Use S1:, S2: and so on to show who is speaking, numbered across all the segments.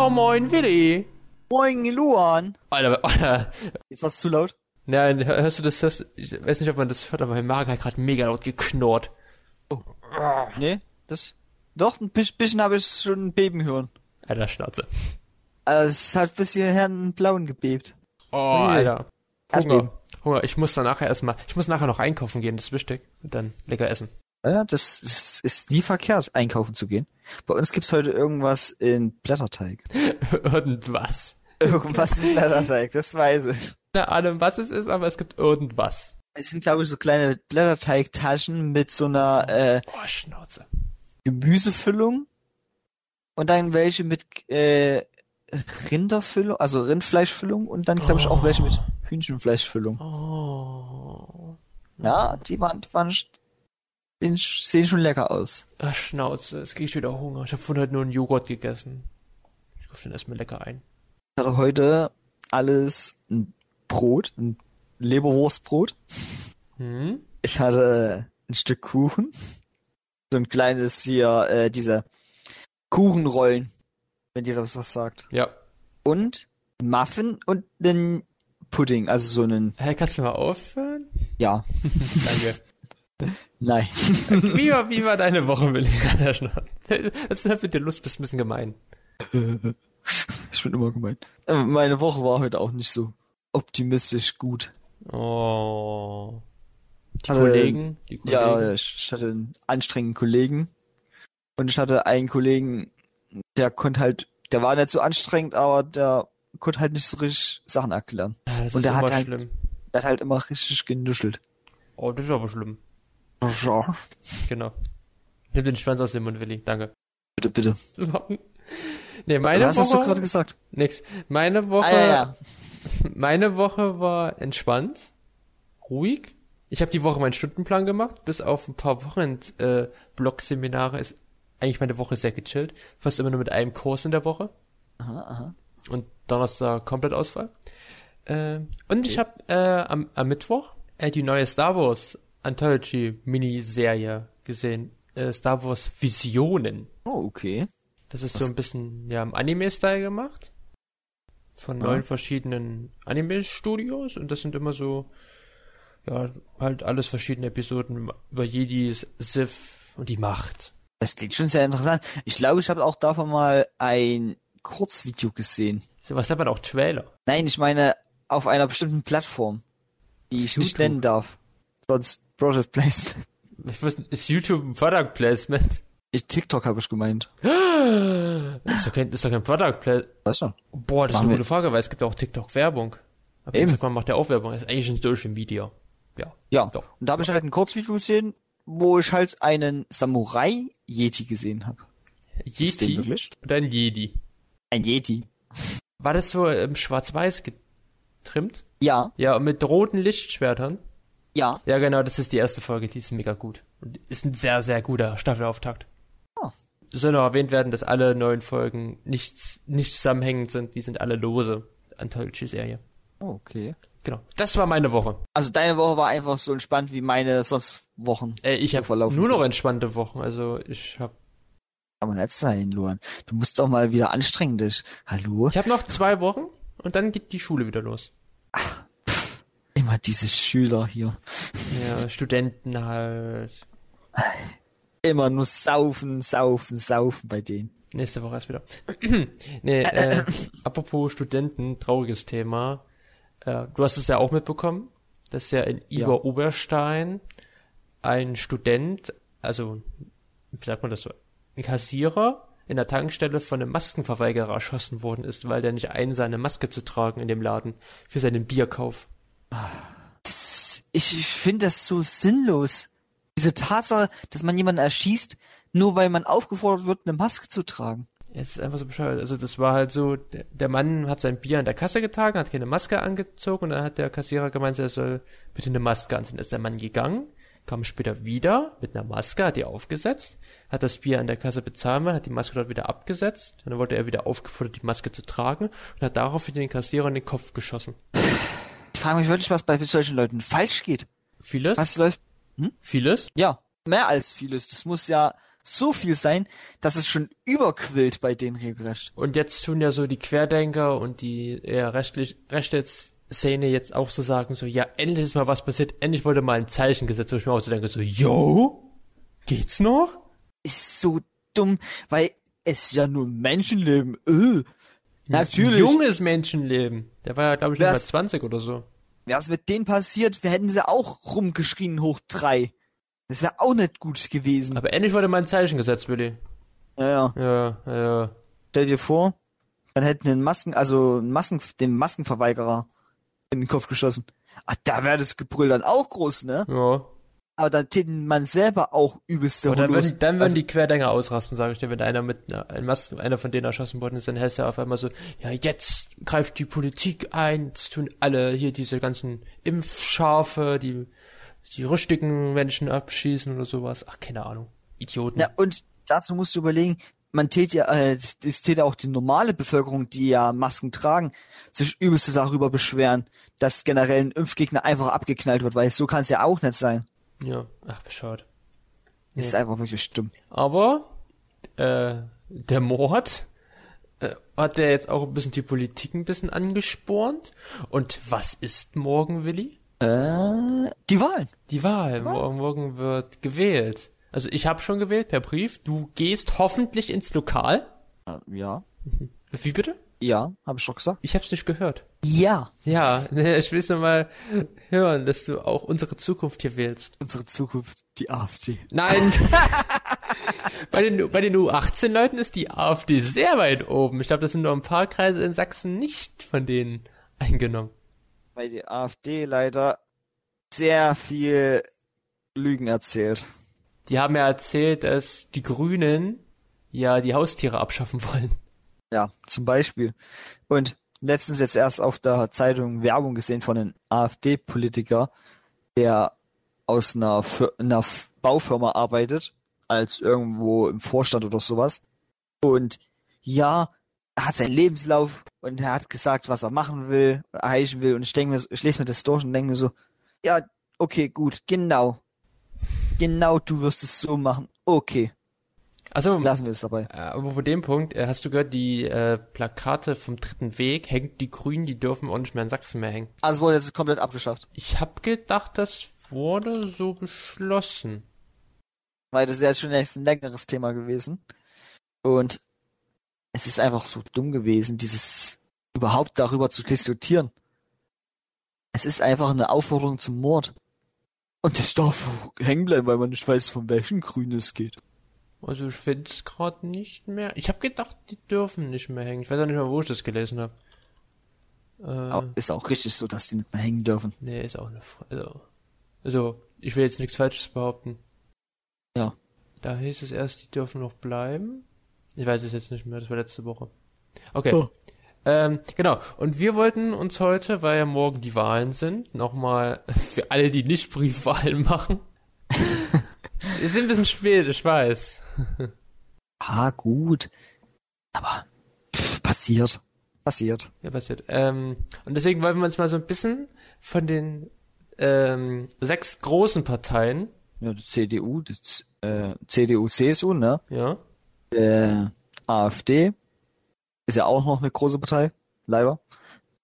S1: Oh, moin Willi.
S2: Moin, Luan.
S1: Alter, Alter.
S2: Jetzt war's zu laut.
S1: Nein, hör- hörst du das? Hörst, ich weiß nicht, ob man das hört, aber mein Magen hat gerade mega laut geknurrt.
S2: Nee, das. Doch, ein bi- bisschen habe ich schon ein Beben hören.
S1: Alter, Schnauze.
S2: Also, es hat bis hierher einen blauen gebebt.
S1: Oh,
S2: Ui.
S1: Alter.
S2: Erdbeben.
S1: Hunger. Hunger. Ich muss dann nachher erstmal, ich muss nachher noch einkaufen gehen, das ist wichtig. Und dann lecker essen.
S2: Ja, das ist, ist nie verkehrt, einkaufen zu gehen. Bei uns gibt's heute irgendwas in Blätterteig.
S1: irgendwas.
S2: Irgendwas in Blätterteig, das weiß ich.
S1: Keine Ahnung, was es ist, aber es gibt irgendwas.
S2: Es sind, glaube ich, so kleine Blätterteigtaschen mit so einer äh,
S1: Oh, Schnauze.
S2: Gemüsefüllung und dann welche mit äh, Rinderfüllung, also Rindfleischfüllung und dann, glaube ich, auch welche mit Hühnchenfleischfüllung.
S1: Oh.
S2: Ja, die waren, die waren sch- sehen, sch- sehen schon lecker aus.
S1: Ach, Oh, Schnauze, jetzt krieg ich wieder Hunger. Ich habe vorhin halt nur einen Joghurt gegessen. Ich kaufe den erstmal lecker ein.
S2: Ich hatte heute alles ein Brot, ein Leberwurstbrot.
S1: Hm?
S2: Ich hatte ein Stück Kuchen. So ein kleines hier, äh, diese Kuchenrollen, wenn dir das was sagt.
S1: Ja.
S2: Und einen Muffin und einen Pudding, also so einen,
S1: Hä, kannst du mal aufhören?
S2: ja,
S1: Danke.
S2: nein.
S1: wie, war, wie war deine Woche, Willi? Alter, Schnauze. Was ist denn mit dir Lust? Bist ein bisschen gemein.
S2: Ich bin immer gemeint. Äh, Meine Woche war heute auch nicht so optimistisch gut.
S1: Oh. Die
S2: Hatte-
S1: Kollegen? Die Kollegen?
S2: Also, Ja, äh, ich hatte einen anstrengenden Kollegen. Und ich hatte einen Kollegen, der konnte halt, der war nicht so anstrengend, aber der konnte halt nicht so richtig Sachen erklären.
S1: Ah, das
S2: und
S1: ist
S2: der hat
S1: aber
S2: halt-
S1: schlimm.
S2: Der hat halt immer richtig genuschelt.
S1: Oh, das ist aber schlimm.
S2: Ja,
S1: Genau. Nimm den Schwanz aus dem Mund, Willi. Danke.
S2: bitte, bitte.
S1: Nee, meine
S2: Was
S1: Woche...
S2: hast du gerade gesagt?
S1: Nix. Meine Woche,
S2: Ah, ja, ja.
S1: meine Woche war entspannt, ruhig. Ich habe die Woche meinen Stundenplan gemacht, bis auf ein paar Wochenend äh, Blog-Seminare ist eigentlich meine Woche sehr gechillt. Fast immer nur mit einem Kurs in der Woche
S2: Aha, aha.
S1: und Donnerstag komplett Ausfall. Äh, und ich habe äh, am, am Mittwoch äh, die neue Star Wars Anthology Miniserie gesehen, äh, Star Wars Visionen.
S2: Oh, okay.
S1: Das ist
S2: Was-
S1: so ein bisschen ja im Anime-Style gemacht. Von
S2: Ja.
S1: neun verschiedenen Anime-Studios und das sind immer so, ja, halt alles verschiedene Episoden über Jedis, Sith und die Macht.
S2: Das klingt schon sehr interessant. Ich glaube, ich habe auch davon mal ein Kurzvideo gesehen.
S1: Sowas hat man auch Trailer.
S2: Nein, ich meine auf einer bestimmten Plattform, die ich nicht
S1: YouTube.
S2: nennen darf. Sonst Product Placement.
S1: Ich weiß, nicht, ist YouTube ein Product Placement?
S2: Ich, TikTok habe ich gemeint.
S1: Das ist doch kein, das ist doch kein Product Placement.
S2: Weißt du?
S1: Boah, das ist
S2: Machen
S1: eine
S2: wir-
S1: gute Frage, weil es gibt ja auch TikTok-Werbung. Aber
S2: Eben.
S1: Instagram macht ja auch Werbung. Das ist eigentlich ein Social Media. Ja.
S2: Ja.
S1: Doch.
S2: Und da habe ich halt ein Kurzvideo gesehen, wo ich halt einen Samurai-Yeti gesehen habe. Gibt's den
S1: Yeti
S2: wirklich?
S1: und ein Jedi.
S2: Ein Yeti.
S1: War das so im Schwarz-Weiß getrimmt?
S2: Ja,
S1: Ja, mit roten Lichtschwertern.
S2: ja.
S1: Ja, genau, das ist die erste Folge, die ist mega gut. Und ist ein sehr, sehr guter Staffelauftakt.
S2: Ah.
S1: Soll noch erwähnt werden, dass alle neuen Folgen nicht, nicht zusammenhängend sind, die sind alle lose. Anthology-Serie.
S2: Oh, Okay.
S1: Genau. Das war meine Woche.
S2: Also deine Woche war einfach so entspannt wie meine sonst Wochen.
S1: Äh, ich habe
S2: verlaufen
S1: nur
S2: sind.
S1: noch entspannte Wochen. Also ich habe
S2: Kann man nicht sein, Luan. Du musst doch mal wieder anstrengen dich. Hallo?
S1: ich hab noch zwei Wochen und dann geht die Schule wieder los.
S2: Immer diese Schüler hier.
S1: Ja, Studenten halt.
S2: Immer nur saufen, saufen, saufen bei denen.
S1: Nächste Woche erst wieder. nee, äh, apropos Studenten, trauriges Thema. Äh, du hast es ja auch mitbekommen, dass ja in
S2: Ja.
S1: Iber-Oberstein ein Student, also, wie sagt man das so, ein Kassierer in der Tankstelle von einem Maskenverweigerer erschossen worden ist, weil der nicht einsah, eine Maske zu tragen in dem Laden für seinen Bierkauf.
S2: ich, ich finde das so sinnlos. Diese Tatsache, dass man jemanden erschießt, nur weil man aufgefordert wird, eine Maske zu tragen.
S1: Es ist einfach so bescheuert. Also das war halt so, der der Mann hat sein Bier an der Kasse getragen, hat keine Maske angezogen und dann hat der Kassierer gemeint, er soll bitte eine Maske anziehen. Dann Ist der Mann gegangen, kam später wieder mit einer Maske, hat die aufgesetzt, hat das Bier an der Kasse bezahlen wollen, hat die Maske dort wieder abgesetzt und dann wurde er wieder aufgefordert, die Maske zu tragen und hat daraufhin den Kassierer in den Kopf geschossen.
S2: Ich frage mich wirklich, was bei solchen Leuten falsch geht.
S1: Vieles,
S2: Was läuft?
S1: vieles.
S2: Ja. mehr als vieles. Das muss ja so viel sein, dass es schon überquillt bei denen regelrecht.
S1: Und jetzt tun ja so die Querdenker und die eher rechtlich, rechte Szene jetzt auch so sagen, so, ja, endlich ist mal was passiert, endlich wurde mal ein Zeichen gesetzt, wo ich mir auch so denke, so, yo, geht's noch?
S2: Ist so dumm, weil es ja nur Menschenleben, öh. Natürlich.
S1: Ein junges Menschenleben. Der war ja, glaube ich, schon mal
S2: Wär's-
S1: 20 oder so.
S2: Wär's mit denen passiert, wir hätten sie auch rumgeschrien hoch drei. Das wäre auch nicht gut gewesen.
S1: Aber endlich wurde mal ein Zeichen gesetzt, Willi.
S2: Ja, ja.
S1: Ja, ja.
S2: Stell dir vor, dann hätten den Masken, also einen Masken, den Maskenverweigerer in den Kopf geschossen. Ach, da wäre das Gebrüll dann auch groß, ne?
S1: Ja.
S2: Aber dann täten man selber auch übelste
S1: Und dann
S2: Holos.
S1: würden, dann würden
S2: Also-
S1: die Querdenker ausrasten, sage ich dir, wenn einer mit einer, ein Mas einer von denen erschossen worden ist, dann heißt ja auf einmal so, ja, jetzt greift die Politik ein, jetzt tun alle hier diese ganzen Impfschafe, die die rüstigen Menschen abschießen oder sowas. Ach, keine Ahnung. Idioten.
S2: Ja, und dazu musst du überlegen, man tät ja, äh, es tät auch die normale Bevölkerung, die ja Masken tragen, sich übelst darüber beschweren, dass generell ein Impfgegner einfach abgeknallt wird, weil so kann es ja auch nicht sein.
S1: ja. Ach, bescheuert.
S2: Ist einfach wirklich dumm.
S1: Aber äh, der Mord äh, hat ja jetzt auch ein bisschen die Politik ein bisschen angespornt. Und was ist morgen, Willi?
S2: Äh, die Wahlen.
S1: Die Wahl. Morgen, morgen wird gewählt. Also ich habe schon gewählt per Brief. Du gehst hoffentlich ins Lokal. Äh,
S2: Ja.
S1: Wie bitte?
S2: Ja, habe ich doch gesagt.
S1: Ich hab's nicht gehört.
S2: Ja.
S1: Ja, ich will's nur mal hören, dass du auch unsere Zukunft hier wählst.
S2: Unsere Zukunft, die AfD.
S1: Nein. bei den, bei den U18-Leuten ist die AfD sehr weit oben. Ich glaube, das sind nur ein paar Kreise in Sachsen nicht von denen eingenommen.
S2: Weil die AfD leider sehr viel Lügen erzählt.
S1: Die haben ja erzählt, dass die Grünen ja die Haustiere abschaffen wollen.
S2: Ja, zum Beispiel. Und letztens jetzt erst auf der Zeitung Werbung gesehen von einem AfD-Politiker, der aus einer, Fir- einer F- Baufirma arbeitet, als irgendwo im Vorstand oder sowas. Und ja, er hat seinen Lebenslauf und er hat gesagt, was er machen will, erreichen will. Und ich denke mir, so- ich lese mir das durch und denke mir so, ja, okay, gut, genau. Genau, du wirst es so machen. Okay,
S1: Also,
S2: lassen wir es dabei.
S1: aber bei dem Punkt, äh, hast du gehört, die äh, Plakate vom dritten Weg hängt die Grünen, die dürfen auch nicht mehr in Sachsen mehr hängen.
S2: Also wurde jetzt komplett abgeschafft.
S1: Ich hab gedacht, das wurde so beschlossen.
S2: weil das ist ja schon echt ein längeres Thema gewesen. Und es ist einfach so dumm gewesen, dieses überhaupt darüber zu diskutieren. Es ist einfach eine Aufforderung zum Mord. Und das darf hängen bleiben, weil man nicht weiß, von welchen Grün es geht.
S1: Also ich find's gerade nicht mehr. Ich hab gedacht, die dürfen nicht mehr hängen. Ich weiß auch nicht mehr, wo ich das gelesen hab. Äh,
S2: Aber Ist auch richtig so, dass die nicht mehr hängen dürfen.
S1: nee, ist auch eine Fra- also, also, ich will jetzt nichts Falsches behaupten.
S2: Ja.
S1: Da hieß es erst, die dürfen noch bleiben. Ich weiß es jetzt nicht mehr, das war letzte Woche. Okay.
S2: Oh.
S1: Ähm, genau. Und wir wollten uns heute, weil ja morgen die Wahlen sind, nochmal für alle, die nicht Briefwahlen machen. Wir sind ein bisschen spät, ich weiß.
S2: Ah, gut. Aber pff, passiert. Passiert.
S1: Ja, passiert. Ähm, und deswegen wollen wir uns mal so ein bisschen von den ähm, sechs großen Parteien,
S2: Ja, die CDU, die Z- äh, CDU, CSU, ne?
S1: ja,
S2: äh, AfD ist ja auch noch eine große Partei, leider.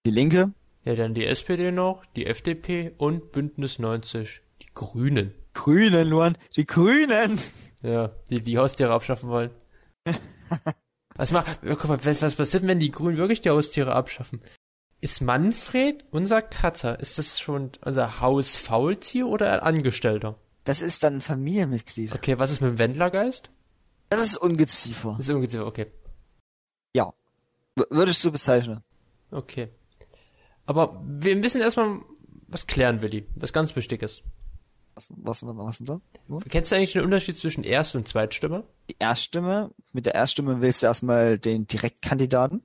S2: Die Linke,
S1: ja, dann die SPD noch, die FDP und Bündnis 90, die Grünen.
S2: Grünen, Luan, die Grünen.
S1: Ja, die die Haustiere abschaffen wollen. Was macht, guck mal, was, was passiert, wenn die Grünen wirklich die Haustiere abschaffen? Ist Manfred unser Cutter? Ist das schon unser Hausfaultier oder ein Angestellter?
S2: Das ist dann ein Familienmitglied.
S1: Okay, was ist mit dem Wendlergeist?
S2: Das ist Ungeziefer.
S1: Das ist ungefähr okay.
S2: W würdest du bezeichnen?
S1: Okay. Aber wir müssen erstmal was klären, Willi. Was ganz Wichtiges.
S2: Was, was, was, was denn da?
S1: Kennst du eigentlich den Unterschied zwischen Erst- und Zweitstimme?
S2: Die Erststimme, mit der Erststimme wählst du erstmal den Direktkandidaten.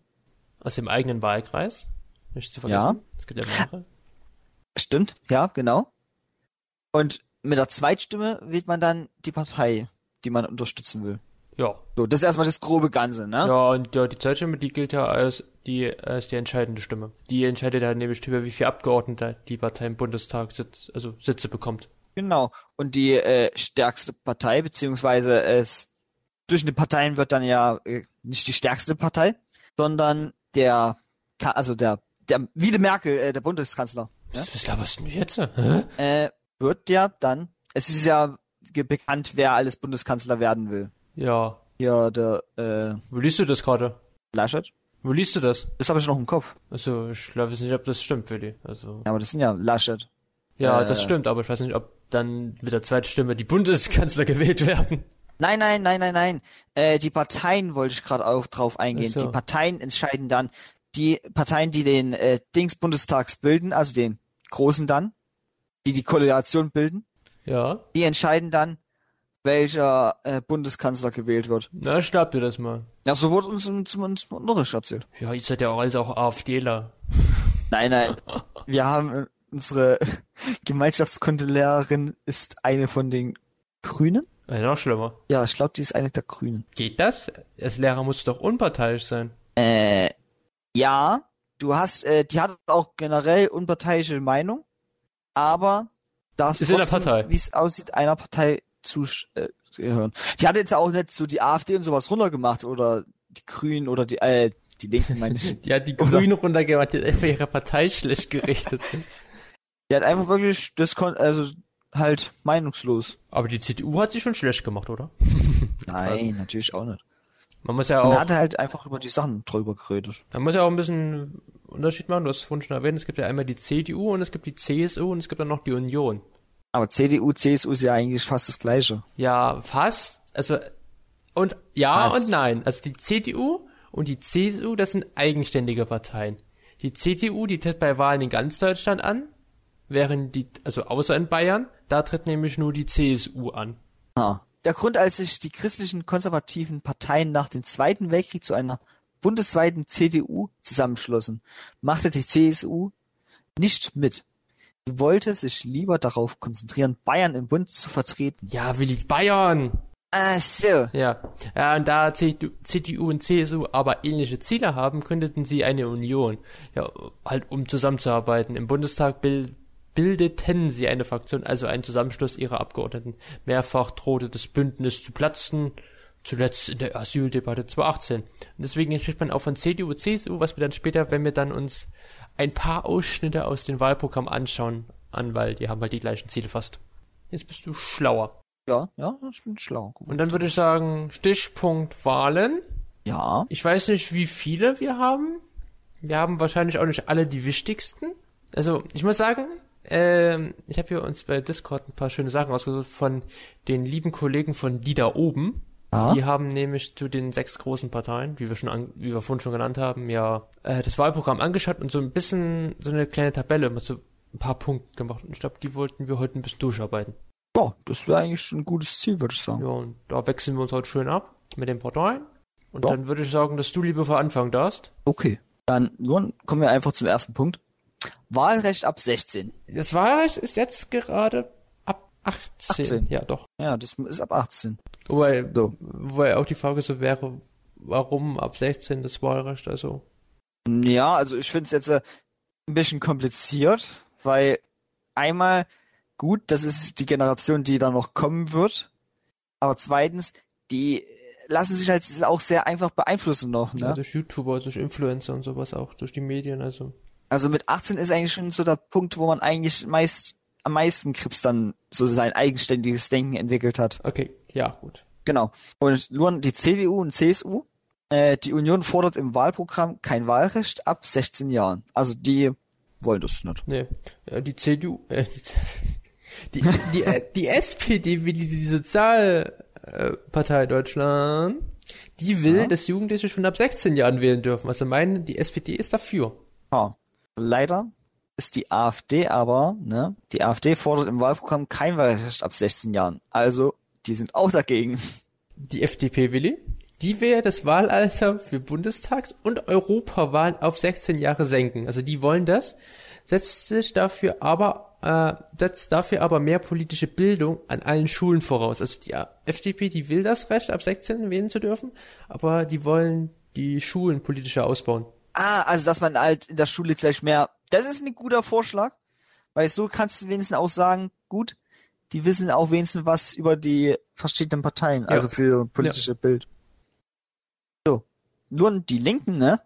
S1: Aus dem eigenen Wahlkreis? Nicht zu vergessen.
S2: Ja.
S1: Es gibt ja mehrere.
S2: Stimmt, ja, genau. Und mit der Zweitstimme wählt man dann die Partei, die man unterstützen will.
S1: Ja.
S2: So, das ist erstmal das grobe Ganze, ne?
S1: Ja, und ja, die Zweitstimme, die gilt ja als die, als die entscheidende Stimme. Die entscheidet halt nämlich darüber, wie viele Abgeordnete die Partei im Bundestag sitz, also Sitze bekommt.
S2: Genau. Und die äh, stärkste Partei, beziehungsweise es zwischen den Parteien wird dann ja äh, nicht die stärkste Partei, sondern der, Ka- also der, der wie die Merkel, äh, der Bundeskanzler, Ja?
S1: Was laberst du denn jetzt? Hä?
S2: äh, wird ja dann, es ist ja ge- bekannt, wer alles Bundeskanzler werden will.
S1: Ja.
S2: Ja, der äh,
S1: Wo liest du das gerade?
S2: Laschet.
S1: Wo liest du das?
S2: Das habe ich noch im Kopf.
S1: Also, ich glaub jetzt nicht, ob das stimmt, Willi. Also,
S2: Ja, aber das sind ja Laschet.
S1: ja,
S2: Äh.
S1: das stimmt, aber ich weiß nicht, ob dann mit der zweiten Stimme die Bundeskanzler gewählt werden.
S2: Nein, nein, nein, nein, nein. Äh, die Parteien wollte ich gerade auch drauf eingehen.
S1: Ach so.
S2: Die Parteien entscheiden dann, die Parteien, die den äh, Dings Bundestags bilden, also den großen dann, die die Koalition bilden,
S1: Ja.
S2: die entscheiden dann, welcher äh, Bundeskanzler gewählt wird.
S1: Na, schnapp dir das mal.
S2: Ja, so wurde uns uns, uns im Unterricht erzählt.
S1: Ja, ihr seid ja auch alles auch AfDler.
S2: Nein, nein. Wir haben äh, unsere Gemeinschaftskundelehrerin ist eine von den Grünen.
S1: Also noch schlimmer.
S2: Ja, ich glaube, die ist eine der Grünen.
S1: Geht das? Als Lehrer musst du doch unparteiisch sein.
S2: Äh, ja, du hast, äh, die hat auch generell unparteiische Meinung, aber darfst
S1: Ist in der
S2: trotzdem,
S1: Partei.
S2: wie es aussieht, einer Partei zugehören. Äh, gehören. die hat jetzt auch nicht so die AfD und sowas runtergemacht oder die Grünen oder die, äh, die Linken meine ich.
S1: Die hat die
S2: Oder-
S1: Grünen runtergemacht, die hat einfach ihre Partei schlecht gerichtet.
S2: Die hat einfach wirklich, das kon also halt meinungslos.
S1: Aber die CDU hat sie schon schlecht gemacht, oder?
S2: Nein, natürlich auch nicht.
S1: Man muss ja
S2: Man
S1: Also auch,
S2: hat halt einfach über die Sachen drüber geredet.
S1: man muss ja auch ein bisschen Unterschied machen. Du hast es vorhin schon erwähnt, es gibt ja einmal die CDU und es gibt die CSU und es gibt dann noch die Union.
S2: Aber CDU, CSU ist ja eigentlich fast das Gleiche.
S1: Ja, fast. Also, und ja
S2: Fast.
S1: und nein. Also die CDU und die CSU, das sind eigenständige Parteien. Die CDU, die tritt bei Wahlen in ganz Deutschland an, während die, also außer in Bayern, da tritt nämlich nur die CSU an.
S2: Ah. Der Grund, als sich die christlichen konservativen Parteien nach dem Zweiten Weltkrieg zu einer bundesweiten CDU zusammenschlossen, machte die CSU nicht mit. Sie wollte sich lieber darauf konzentrieren, Bayern im Bund zu vertreten.
S1: Ja, Willi, Bayern!
S2: Ah, so.
S1: Ja. ja, und da CDU CDU und CSU aber ähnliche Ziele haben, gründeten sie eine Union. Ja, halt um zusammenzuarbeiten. Im Bundestag bild bildeten sie eine Fraktion, also einen Zusammenschluss ihrer Abgeordneten. Mehrfach drohte das Bündnis zu platzen, zuletzt in der Asyldebatte 2018. Und deswegen spricht man auch von CDU, CSU, was wir dann später, wenn wir dann uns ein paar Ausschnitte aus dem Wahlprogramm anschauen, an, weil die haben halt die gleichen Ziele fast. Jetzt bist du schlauer.
S2: Ja, ja, ich bin schlau. Gut.
S1: Und dann würde ich sagen, Stichpunkt Wahlen.
S2: Ja,
S1: Ich weiß nicht, wie viele wir haben. Wir haben wahrscheinlich auch nicht alle die wichtigsten. Also, ich muss sagen, ähm, ich habe hier uns bei Discord ein paar schöne Sachen ausgesucht von den lieben Kollegen von Die da oben.
S2: Ah.
S1: Die haben nämlich zu den sechs großen Parteien, wie wir schon an, wie wir vorhin schon genannt haben, ja, äh, das Wahlprogramm angeschaut und so ein bisschen so eine kleine Tabelle mit so ein paar Punkten gemacht. Und ich glaube, die wollten wir heute ein bisschen durcharbeiten.
S2: ja das wäre eigentlich schon ein gutes Ziel, würde ich sagen.
S1: Ja, und da wechseln wir uns heute schön ab mit den Parteien. Und
S2: Ja.
S1: dann würde ich sagen, dass du lieber vor anfangen darfst.
S2: Okay, dann nun kommen wir einfach zum ersten Punkt. Wahlrecht ab 16.
S1: Das war ist jetzt gerade ab 18.
S2: 18.
S1: Ja, doch.
S2: Ja, das ist ab 18.
S1: Wobei,
S2: So.
S1: wobei auch die Frage so wäre, warum ab 16 das Wahlrecht, also.
S2: Ja, also ich finde es jetzt äh, ein bisschen kompliziert, weil einmal gut, das ist die Generation, die da noch kommen wird, aber zweitens, die lassen sich halt auch sehr einfach beeinflussen noch,
S1: Ja.
S2: ne?
S1: durch YouTuber, durch Influencer und sowas auch, durch die Medien, also.
S2: Also mit 18 ist eigentlich schon so der Punkt, wo man eigentlich meist am meisten Krips dann so sein eigenständiges Denken entwickelt hat.
S1: Okay, ja, gut.
S2: Genau. Und nur die CDU und CSU, äh, die Union fordert im Wahlprogramm kein Wahlrecht ab 16 Jahren. Also die wollen das nicht.
S1: Nee. Ja, die CDU, äh, die, die, die, äh, die SPD, wie die, die Sozialpartei äh, Partei Deutschland, die will,
S2: Ja.
S1: dass Jugendliche schon ab 16 Jahren wählen dürfen. Also meinen, die SPD ist dafür.
S2: Ja. Leider ist die AfD aber, ne, die AfD fordert im Wahlprogramm kein Wahlrecht ab 16 Jahren. Also, die sind auch dagegen.
S1: Die FDP, Willi, die will ja das Wahlalter für Bundestags- und Europawahlen auf 16 Jahre senken. Also die wollen das, setzt sich dafür aber, äh, setzt dafür aber mehr politische Bildung an allen Schulen voraus. Also die FDP, die will das Recht, ab 16 wählen zu dürfen, aber die wollen die Schulen politischer ausbauen.
S2: Ah, also, dass man halt in der Schule gleich mehr, das ist ein guter Vorschlag, weil so kannst du wenigstens auch sagen, gut, die wissen auch wenigstens was über die verschiedenen Parteien, also für politische Bild. So, nur die Linken, ne,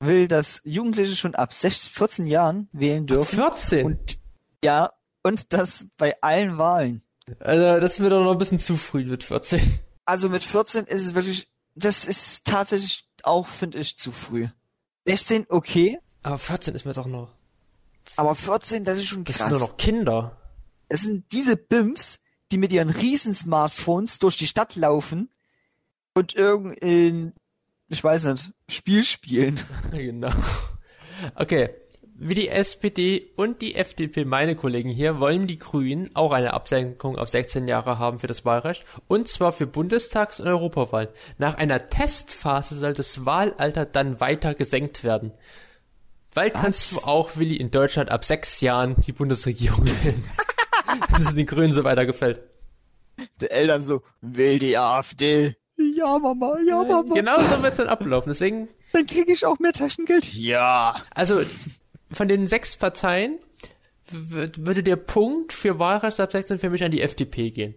S2: will, dass Jugendliche schon ab 16, 14 Jahren wählen dürfen.
S1: 14.
S2: Und ja, und das bei allen Wahlen.
S1: also, das wird doch noch ein bisschen zu früh mit 14.
S2: Also mit 14 ist es wirklich, das ist tatsächlich auch, finde ich, zu früh. 16, okay,
S1: Aber 14 ist mir doch noch.
S2: aber 14, das ist schon
S1: Das
S2: krass.
S1: sind nur noch Kinder.
S2: Es sind diese Bimps, die mit ihren riesen Smartphones durch die Stadt laufen und irgendein, ich weiß nicht, Spiel spielen.
S1: Genau. Okay. Wie die SPD und die FDP, meine Kollegen hier, wollen die Grünen auch eine Absenkung auf 16 Jahre haben für das Wahlrecht. Und zwar für Bundestags- und Europawahlen. Nach einer Testphase soll das Wahlalter dann weiter gesenkt werden. Weil kannst du auch, Willi, in Deutschland ab sechs Jahren die Bundesregierung wählen. Wenn es den Grünen so weiter gefällt.
S2: Die Eltern so, will die AfD. Äh, Ja, Mama, ja, Mama.
S1: Genau so wird es dann ablaufen. Deswegen
S2: Dann kriege ich auch mehr Taschengeld. Ja.
S1: Also von den sechs Parteien w- würde der Punkt für Wahlrecht ab 16 für mich an die FDP gehen.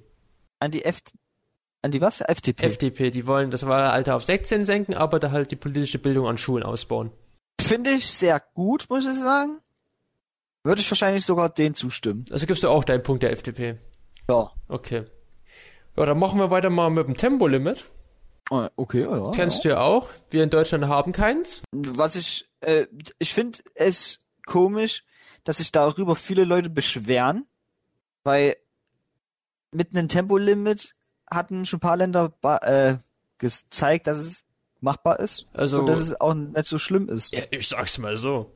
S2: An die F... An die was? FDP.
S1: FDP, die wollen das Wahlalter auf 16 senken, aber da halt die politische Bildung an Schulen ausbauen.
S2: Finde ich sehr gut, muss ich sagen. Würde ich wahrscheinlich sogar denen zustimmen.
S1: Also gibst du auch deinen Punkt der FDP.
S2: Ja.
S1: Okay. Ja, dann machen wir weiter mal mit dem Tempolimit.
S2: Äh, Okay, ja.
S1: Das
S2: ja.
S1: kennst du Oh, ja auch. Wir in Deutschland haben keins.
S2: was ich, äh, ich finde es komisch, dass sich darüber viele Leute beschweren, weil mit einem Tempolimit hatten schon ein paar Länder ba- äh, gezeigt, dass es machbar ist
S1: Also-
S2: und dass es auch nicht so schlimm ist.
S1: Ja, ich sag's mal so.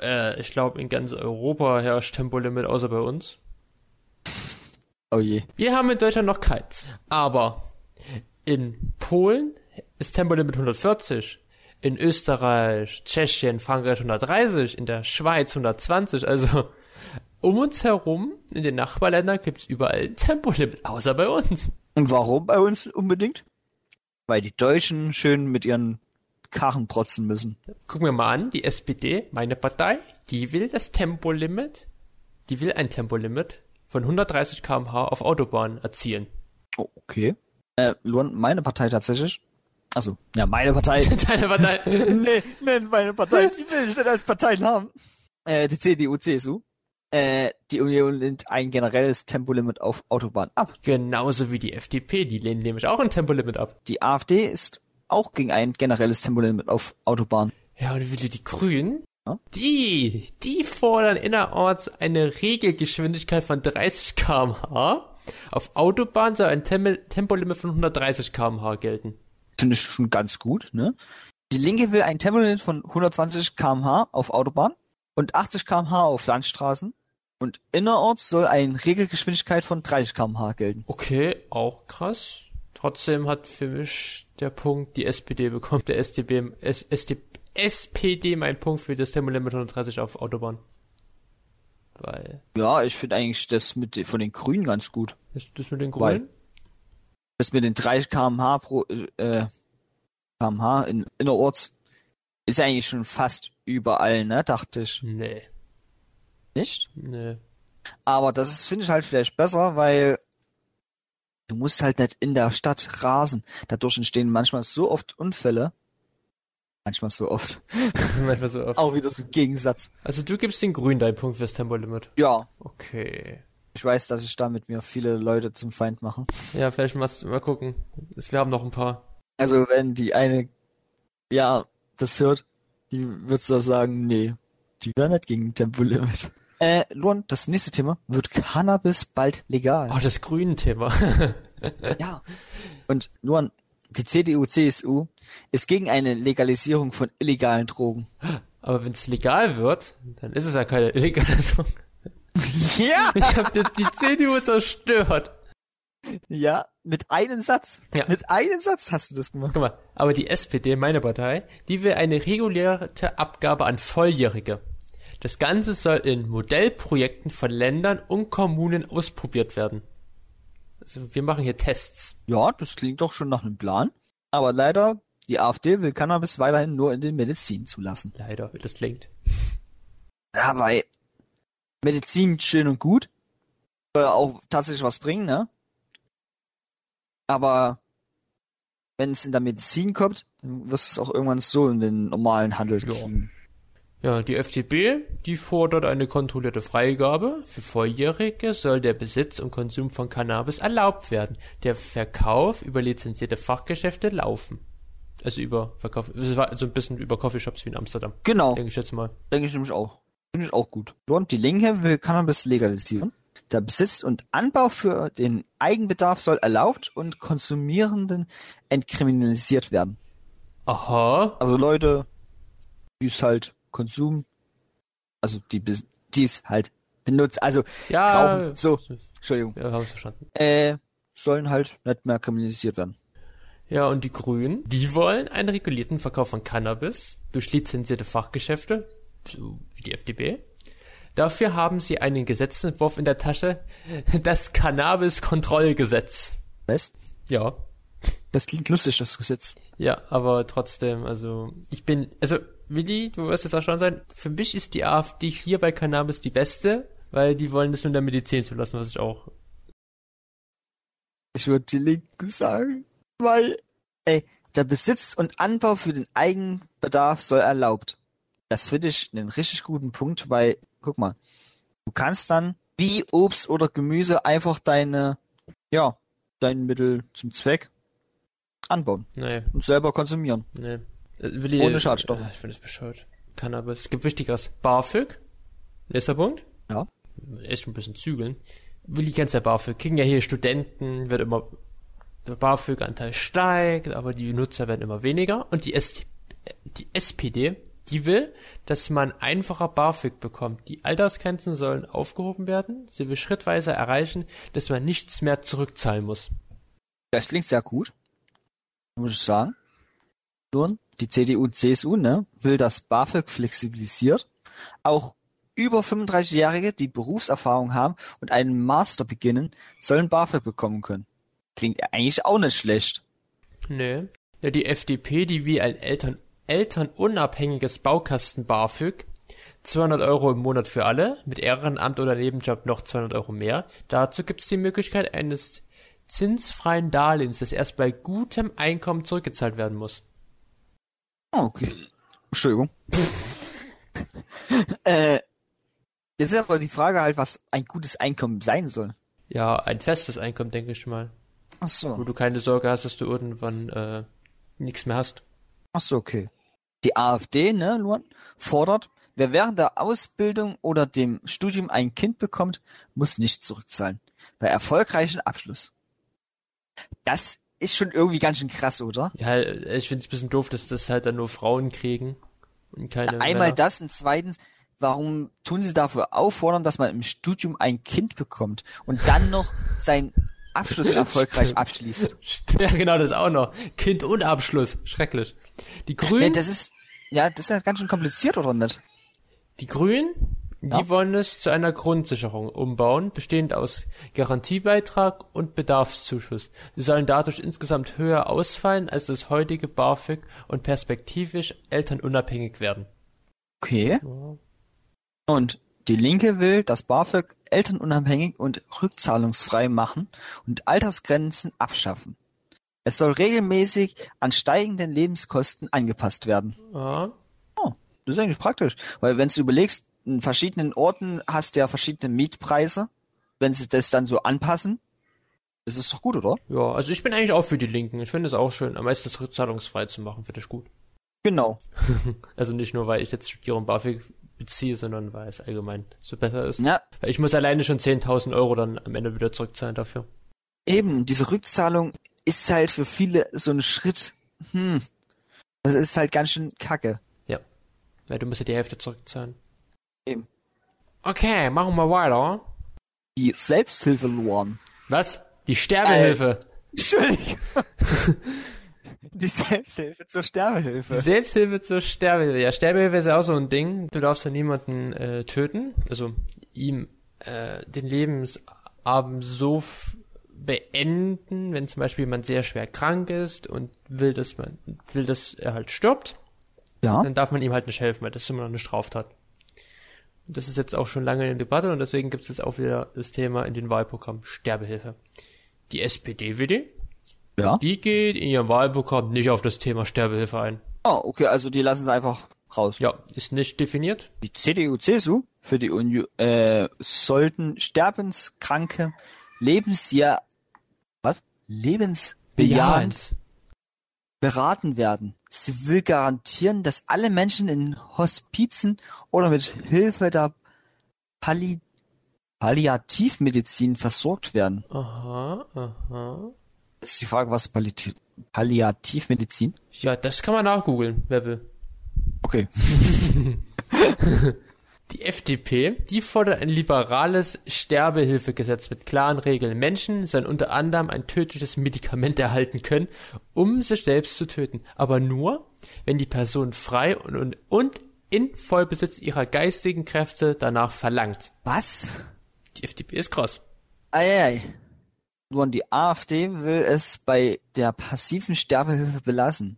S1: Äh, ich glaube, in ganz Europa herrscht Tempolimit, außer bei uns.
S2: Oh je.
S1: Wir haben in Deutschland noch keins. Aber in Polen ist Tempolimit 140. In Österreich, Tschechien, Frankreich 130. In der Schweiz 120. Also um uns herum, in den Nachbarländern, gibt's überall ein Tempolimit, außer bei uns.
S2: Und warum bei uns unbedingt? Weil die Deutschen schön mit ihren Karren protzen müssen.
S1: Gucken wir mal an, die SPD, meine Partei, die will das Tempolimit, die will ein Tempolimit von 130 km/h auf Autobahnen erzielen.
S2: Oh, okay. Äh, Luan, meine Partei tatsächlich. Also, ja, meine Partei.
S1: Deine Partei.
S2: nee, nenn meine Partei, die will ich nicht als Partei haben. Äh, die CDU, CSU. Äh, die Union lehnt ein generelles Tempolimit auf Autobahnen ab.
S1: Genauso wie die FDP, die lehnen nämlich auch ein Tempolimit ab.
S2: Die AfD ist auch gegen ein generelles Tempolimit auf Autobahnen.
S1: Ja, und wieder die Grünen.
S2: Ja.
S1: Die, die fordern innerorts eine Regelgeschwindigkeit von 30 km/h. Auf Autobahn soll ein Tem Tempolimit von 130 km/h gelten.
S2: Finde ich schon ganz gut, ne? Die Linke will ein Tempolimit von 120 km/h auf Autobahnen und 80 km/h auf Landstraßen. Und innerorts soll eine Regelgeschwindigkeit von 30 km/h gelten.
S1: Okay, auch krass. Trotzdem hat für mich der Punkt die SPD bekommen. Der SDB, S, SD, SPD mein Punkt für das Tempolimit 130 auf Autobahn. Weil,
S2: Ja, ich finde eigentlich das mit den- von den Grünen ganz gut.
S1: ist das mit den
S2: Weil-
S1: Grünen?
S2: das mit den 30 km/h pro äh, km/h in, innerorts ist ja eigentlich schon fast überall, ne? Dachte ich
S1: Nee,
S2: nicht.
S1: nee.
S2: Aber das ist, finde ich halt vielleicht besser, weil du musst halt nicht in der Stadt rasen. Dadurch entstehen manchmal so oft Unfälle. Manchmal so oft.
S1: Manchmal so oft.
S2: Auch wieder so ein Gegensatz.
S1: Also du gibst den Grünen deinen Punkt fürs Tempolimit.
S2: Ja,
S1: Okay.
S2: ich weiß, dass ich damit mir viele Leute zum Feind mache.
S1: Ja, vielleicht mal, mal gucken. Es- Wir haben noch ein paar.
S2: Also wenn die eine, ja, das hört, die wird's da sagen, nee, die wäre nicht gegen Tempolimit. Äh, Luan, das nächste Thema, wird Cannabis bald legal?
S1: Oh, das Grünen-Thema.
S2: Ja. Und Luan, die CDU, CSU ist gegen eine Legalisierung von illegalen Drogen.
S1: Aber wenn es legal wird, dann ist es ja keine illegale Drogen.
S2: Ja!
S1: Ich habe jetzt die CDU zerstört.
S2: Ja, mit einem Satz.
S1: Ja.
S2: Mit einem Satz hast du das gemacht.
S1: Guck mal, aber die SPD, meine Partei, die will eine regulierte Abgabe an Volljährige. Das Ganze soll in Modellprojekten von Ländern und Kommunen ausprobiert werden. Also wir machen hier Tests.
S2: Ja, das klingt doch schon nach einem Plan. Aber leider, die AfD will Cannabis weiterhin nur in den Medizin zulassen.
S1: Leider, wie das klingt.
S2: Ja, weil Medizin schön und gut, auch tatsächlich was bringen, ne? Aber wenn es in der Medizin kommt, dann wirst du es auch irgendwann so in den normalen Handel
S1: Ja.
S2: kriegen.
S1: Ja, die FDP, die fordert eine kontrollierte Freigabe. Für Volljährige soll der Besitz und Konsum von Cannabis erlaubt werden. Der Verkauf über lizenzierte Fachgeschäfte laufen. Also über Verkauf, es war so ein bisschen über Coffeeshops wie in Amsterdam,
S2: Genau,
S1: denke ich jetzt mal.
S2: denke ich nämlich auch. Finde ich auch gut. Und die Linke will Cannabis legalisieren. Der Besitz und Anbau für den Eigenbedarf soll erlaubt und Konsumierenden entkriminalisiert werden.
S1: Aha,
S2: Also Leute, die es halt Konsum, also die, bes- die es halt benutzt, also
S1: ja.
S2: Rauchen, so. Entschuldigung,
S1: Ja, haben verstanden.
S2: äh, sollen halt nicht mehr kriminalisiert werden.
S1: Ja, und die Grünen, die wollen einen regulierten Verkauf von Cannabis durch lizenzierte Fachgeschäfte, so wie die FDP. Dafür haben sie einen Gesetzentwurf in der Tasche, das Cannabis-Kontrollgesetz.
S2: Weißt?
S1: Ja,
S2: Das klingt lustig, das Gesetz.
S1: ja, aber trotzdem, also ich bin, also Willi, du wirst jetzt auch schon sein, für mich ist die AfD hier bei Cannabis die beste, weil die wollen das nur in der Medizin zulassen, was ich auch.
S2: Ich würde die Linken sagen, weil, ey, der Besitz und Anbau für den Eigenbedarf soll erlaubt. Das finde ich einen richtig guten Punkt, weil, guck mal, du kannst dann wie Obst oder Gemüse einfach deine, ja, dein Mittel zum Zweck anbauen
S1: Nee,
S2: und selber konsumieren.
S1: nee. Äh, Willi,
S2: Ohne Schadstoffe.
S1: äh, Ich finde es bescheuert. Cannabis. Es gibt Wichtigeres. BAföG. Nächster Punkt.
S2: Ja.
S1: Echt ein bisschen zügeln. Willi kennst ja BAföG. Kriegen ja hier Studenten, wird immer, der BAföG-Anteil steigt, aber die Nutzer werden immer weniger. Und die, ST, die SPD, die will, dass man einfacher BAföG bekommt. Die Altersgrenzen sollen aufgehoben werden. Sie will schrittweise erreichen, dass man nichts mehr zurückzahlen muss.
S2: Das klingt sehr gut, muss ich sagen. Nun, die CDU, CSU, ne, will das BAföG flexibilisiert. Auch über 35-Jährige, die Berufserfahrung haben und einen Master beginnen, sollen BAföG bekommen können. Klingt eigentlich auch nicht schlecht.
S1: Nee. Ja, die FDP, die wie ein Eltern elternunabhängiges Baukasten BAföG 200 Euro im Monat für alle, mit Ehrenamt oder Nebenjob noch 200 Euro mehr. Dazu gibt es die Möglichkeit eines zinsfreien Darlehens, das erst bei gutem Einkommen zurückgezahlt werden muss.
S2: Ah, okay. Entschuldigung. äh, jetzt ist aber die Frage halt, was ein gutes Einkommen sein soll.
S1: Ja, ein festes Einkommen, denke ich mal. Wo
S2: Ach so.
S1: du keine Sorge hast, dass du irgendwann äh, nichts mehr hast.
S2: Ach so, okay. Die AfD, ne, Luan, fordert, wer während der Ausbildung oder dem Studium ein Kind bekommt, muss nicht zurückzahlen. Bei erfolgreichen Abschluss. Das ist schon irgendwie ganz schön krass, oder?
S1: Ja, ich find's ein bisschen doof, dass das halt dann nur Frauen kriegen und keine
S2: Einmal
S1: Männer.
S2: das und zweitens, warum tun sie dafür auffordern, dass man im Studium ein Kind bekommt und dann noch seinen Abschluss erfolgreich abschließt?
S1: Ja, genau, das auch noch. Kind und Abschluss. Schrecklich. Die
S2: Ja,
S1: Grünen,
S2: Ne, das ist, ja, das ist ja ganz schön kompliziert, oder nicht?
S1: die Grünen, die
S2: Ja.
S1: wollen es zu einer Grundsicherung umbauen, bestehend aus Garantiebeitrag und Bedarfszuschuss. Sie sollen dadurch insgesamt höher ausfallen als das heutige BAföG und perspektivisch elternunabhängig werden.
S2: Okay.
S1: Ja.
S2: Und die Linke will das BAföG elternunabhängig und rückzahlungsfrei machen und Altersgrenzen abschaffen. Es soll regelmäßig an steigenden Lebenskosten angepasst werden.
S1: Ja.
S2: Das ist eigentlich praktisch, weil wenn du überlegst, in verschiedenen Orten hast du ja verschiedene Mietpreise. Wenn sie das dann so anpassen, ist es doch gut, oder?
S1: ja, also ich bin eigentlich auch für die Linken. Ich finde es auch schön, am meisten das rückzahlungsfrei zu machen, finde ich gut.
S2: Genau.
S1: Also nicht nur, weil ich jetzt studiere und BAföG beziehe, sondern weil es allgemein so besser ist.
S2: Ja,
S1: Weil Ich muss alleine schon 10.000 Euro dann am Ende wieder zurückzahlen dafür.
S2: eben, diese Rückzahlung ist halt für viele so ein Schritt. Hm. Das ist halt ganz schön kacke.
S1: Weil du musst ja die Hälfte zurückzahlen.
S2: Eben.
S1: Okay, machen wir weiter.
S2: Die Selbsthilfe Luan.
S1: Was? Die Sterbehilfe.
S2: Entschuldigung. Die Selbsthilfe zur
S1: Die
S2: Sterbehilfe.
S1: Selbsthilfe zur Sterbehilfe. Ja, Sterbehilfe ist ja auch so ein Ding. Du darfst ja niemanden äh, töten. Also ihm äh, den Lebensabend so f- beenden, wenn zum Beispiel jemand sehr schwer krank ist und will, dass man will, dass er halt stirbt.
S2: Ja.
S1: dann darf man ihm halt nicht helfen, weil das ist immer noch eine Straftat. Das ist jetzt auch schon lange in der Debatte und deswegen gibt es jetzt auch wieder das Thema in den Wahlprogrammen Sterbehilfe. Die SPD-WD,
S2: Ja.
S1: die geht in ihrem Wahlprogramm nicht auf das Thema Sterbehilfe ein.
S2: Ah, okay, also die lassen sie einfach raus.
S1: Ja, ist nicht definiert.
S2: Die CDU, CSU für die Union äh, sollten sterbenskranke, lebensjahr, was? Lebensbejahend beraten werden. Sie will garantieren, dass alle Menschen in Hospizen oder mit Hilfe der Palli Palliativmedizin versorgt werden.
S1: Aha, aha.
S2: Das ist die Frage, was ist Palliati Palliativmedizin?
S1: Ja, das kann man nachgoogeln, wer will.
S2: Okay.
S1: Die FDP, die fordert ein liberales Sterbehilfegesetz mit klaren Regeln. Menschen sollen unter anderem ein tödliches Medikament erhalten können, um sich selbst zu töten. Aber nur, wenn die Person frei und, und, und in Vollbesitz ihrer geistigen Kräfte danach verlangt.
S2: Was?
S1: Die FDP ist krass.
S2: Eieiei. Nur die AfD will es bei der passiven Sterbehilfe belassen.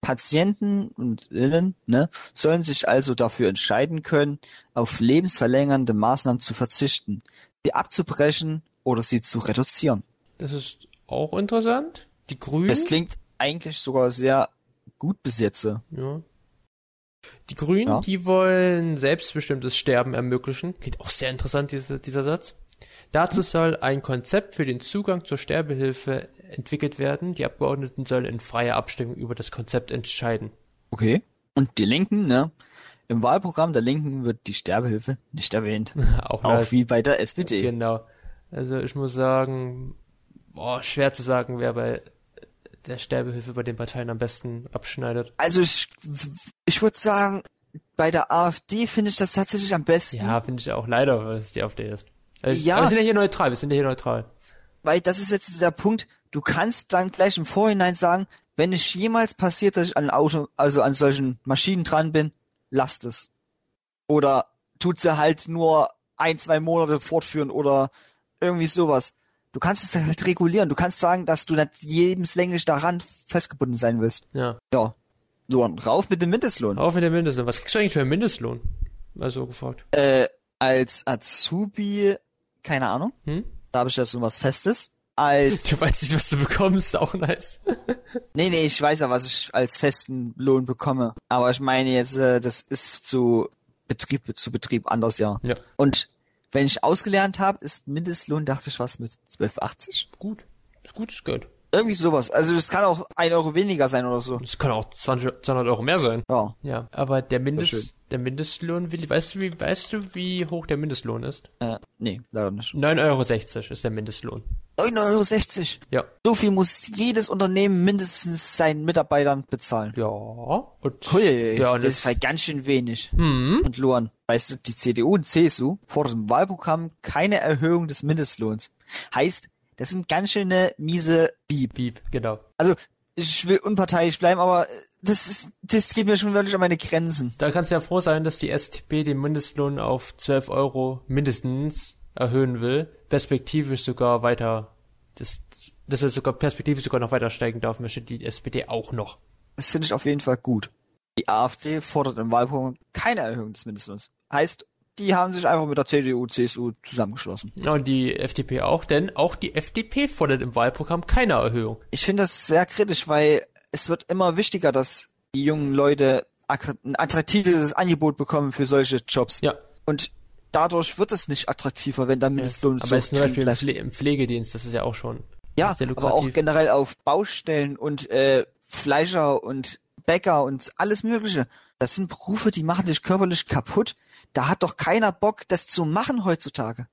S2: Patienten und Innen ne, sollen sich also dafür entscheiden können, auf lebensverlängernde Maßnahmen zu verzichten, sie abzubrechen oder sie zu reduzieren.
S1: Das ist auch interessant. Die Grünen.
S2: Das klingt eigentlich sogar sehr gut bis jetzt.
S1: Ja. Die Grünen,
S2: Ja.
S1: die wollen selbstbestimmtes Sterben ermöglichen. Klingt auch sehr interessant, diese, dieser Satz. Dazu soll ein Konzept für den Zugang zur Sterbehilfe entwickelt werden. Die Abgeordneten sollen in freier Abstimmung über das Konzept entscheiden.
S2: Okay. Und die Linken, ne? Im Wahlprogramm der Linken wird die Sterbehilfe nicht erwähnt.
S1: auch
S2: Auch
S1: nice.
S2: wie bei der SPD.
S1: Genau. Also ich muss sagen, boah, schwer zu sagen, wer bei der Sterbehilfe bei den Parteien am besten abschneidet.
S2: Also ich, ich würde sagen, bei der AfD finde ich das tatsächlich am besten,
S1: Ja, finde ich auch leider, weil es die AfD ist. Also,
S2: Ja.
S1: Aber wir sind ja hier neutral, wir sind ja hier neutral.
S2: weil das ist jetzt der Punkt, du kannst dann gleich im Vorhinein sagen, wenn es jemals passiert, dass ich an Auto, also an solchen Maschinen dran bin, lasst es. Oder tut sie halt nur ein, zwei Monate fortführen oder irgendwie sowas. Du kannst es halt regulieren. Du kannst sagen, dass du nicht lebenslänglich daran festgebunden sein willst.
S1: Ja.
S2: Ja. So, und rauf mit dem Mindestlohn.
S1: Auf mit dem Mindestlohn. Was kriegst du eigentlich für einen Mindestlohn? Mal so gefragt.
S2: äh, als Azubi, keine Ahnung,
S1: Hm?
S2: da habe ich ja so was Festes. Als,
S1: Du weißt nicht, was du bekommst, auch nice.
S2: nee, nee, ich weiß ja, was ich als festen Lohn bekomme. Aber ich meine jetzt, äh, das ist zu Betrieb zu Betrieb anders, ja.
S1: Ja.
S2: Und wenn ich ausgelernt habe, ist Mindestlohn, dachte ich, was mit 12,80?
S1: Gut. Ist gutes Geld.
S2: Irgendwie sowas. Also das kann auch ein Euro weniger sein oder so.
S1: Das kann auch 20, 200 Euro mehr sein.
S2: Ja.
S1: Ja. Aber der,
S2: Sehr schön.
S1: Mindest, der Mindestlohn, Willi, weißt du, wie, weißt du, wie hoch der Mindestlohn ist?
S2: Äh, nee, leider nicht.
S1: 9,60 Euro ist der Mindestlohn.
S2: 9,60 Euro.
S1: Ja.
S2: So viel muss jedes Unternehmen mindestens seinen Mitarbeitern bezahlen.
S1: Ja. Und,
S2: Hui,
S1: ja, und
S2: das ist
S1: das,
S2: halt ganz schön wenig.
S1: hm,
S2: und Lohn. Weißt du, die CDU und CSU fordern im Wahlprogramm keine Erhöhung des Mindestlohns. Heißt, das sind ganz schöne miese Bieb.
S1: Piep, genau.
S2: Also, ich will unparteiisch bleiben, aber äh, das ist, das geht mir schon wirklich an meine Grenzen.
S1: Da kannst du ja froh sein, dass die STP den Mindestlohn auf 12 Euro mindestens erhöhen will, perspektivisch sogar weiter, dass, dass er sogar perspektivisch sogar noch weiter steigen darf, möchte die SPD auch noch.
S2: Das finde ich auf jeden Fall gut. Die AfD fordert im Wahlprogramm keine Erhöhung des Mindestlohns. Heißt, die haben sich einfach mit der CDU, CSU zusammengeschlossen.
S1: Ja, Und die FDP auch, denn auch die FDP fordert im Wahlprogramm keine Erhöhung.
S2: Ich finde das sehr kritisch, weil es wird immer wichtiger, dass die jungen Leute attrak- ein attraktives Angebot bekommen für solche Jobs.
S1: Ja,
S2: Und dadurch wird es nicht attraktiver, wenn der Mindestlohn
S1: aber
S2: so
S1: es ist zum Beispiel im,
S2: drin bleibt.
S1: Pfle im Pflegedienst, das ist ja auch schon.
S2: Ja,
S1: sehr
S2: aber
S1: lukrativ.
S2: auch generell auf Baustellen und äh, Fleischer und Bäcker und alles Mögliche. Das sind Berufe, die machen dich körperlich kaputt. Da hat doch keiner Bock, das zu machen heutzutage.